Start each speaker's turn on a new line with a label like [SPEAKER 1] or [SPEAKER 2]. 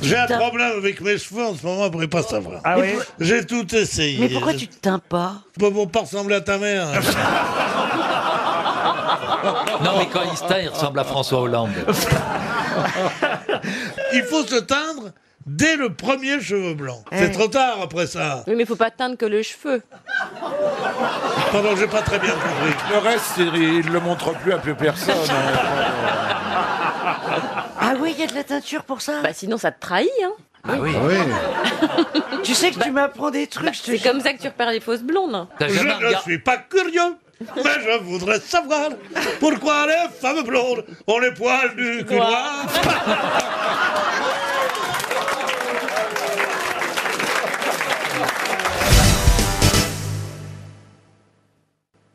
[SPEAKER 1] J'ai un problème avec mes cheveux en ce moment, vous ne pourrez pas savoir.
[SPEAKER 2] Ah oui
[SPEAKER 1] J'ai tout essayé.
[SPEAKER 3] Mais pourquoi tu te teins pas
[SPEAKER 1] Pour ne pas ressembler à ta mère.
[SPEAKER 4] Non, mais quand il se teint, il ressemble à François Hollande.
[SPEAKER 1] Il faut se teindre dès le premier cheveu blanc. C'est
[SPEAKER 3] Ouais.
[SPEAKER 1] trop tard après ça.
[SPEAKER 5] Oui, mais faut pas teindre que le cheveu.
[SPEAKER 1] Pardon, j'ai pas très bien compris.
[SPEAKER 6] Le reste, c'est- il ne le montre plus à plus personne. hein.
[SPEAKER 3] Ah oui, il y a de la teinture pour ça
[SPEAKER 5] Bah sinon ça te trahit, hein.
[SPEAKER 4] Ah oui.
[SPEAKER 3] Tu sais que tu m'apprends des trucs, je te
[SPEAKER 5] C'est comme ça que tu repères les fausses blondes.
[SPEAKER 4] T'as
[SPEAKER 1] Je
[SPEAKER 4] jamais
[SPEAKER 1] ne
[SPEAKER 4] regardé-
[SPEAKER 1] suis pas curieux, mais je voudrais savoir pourquoi les femmes blondes ont les poils du cul noir.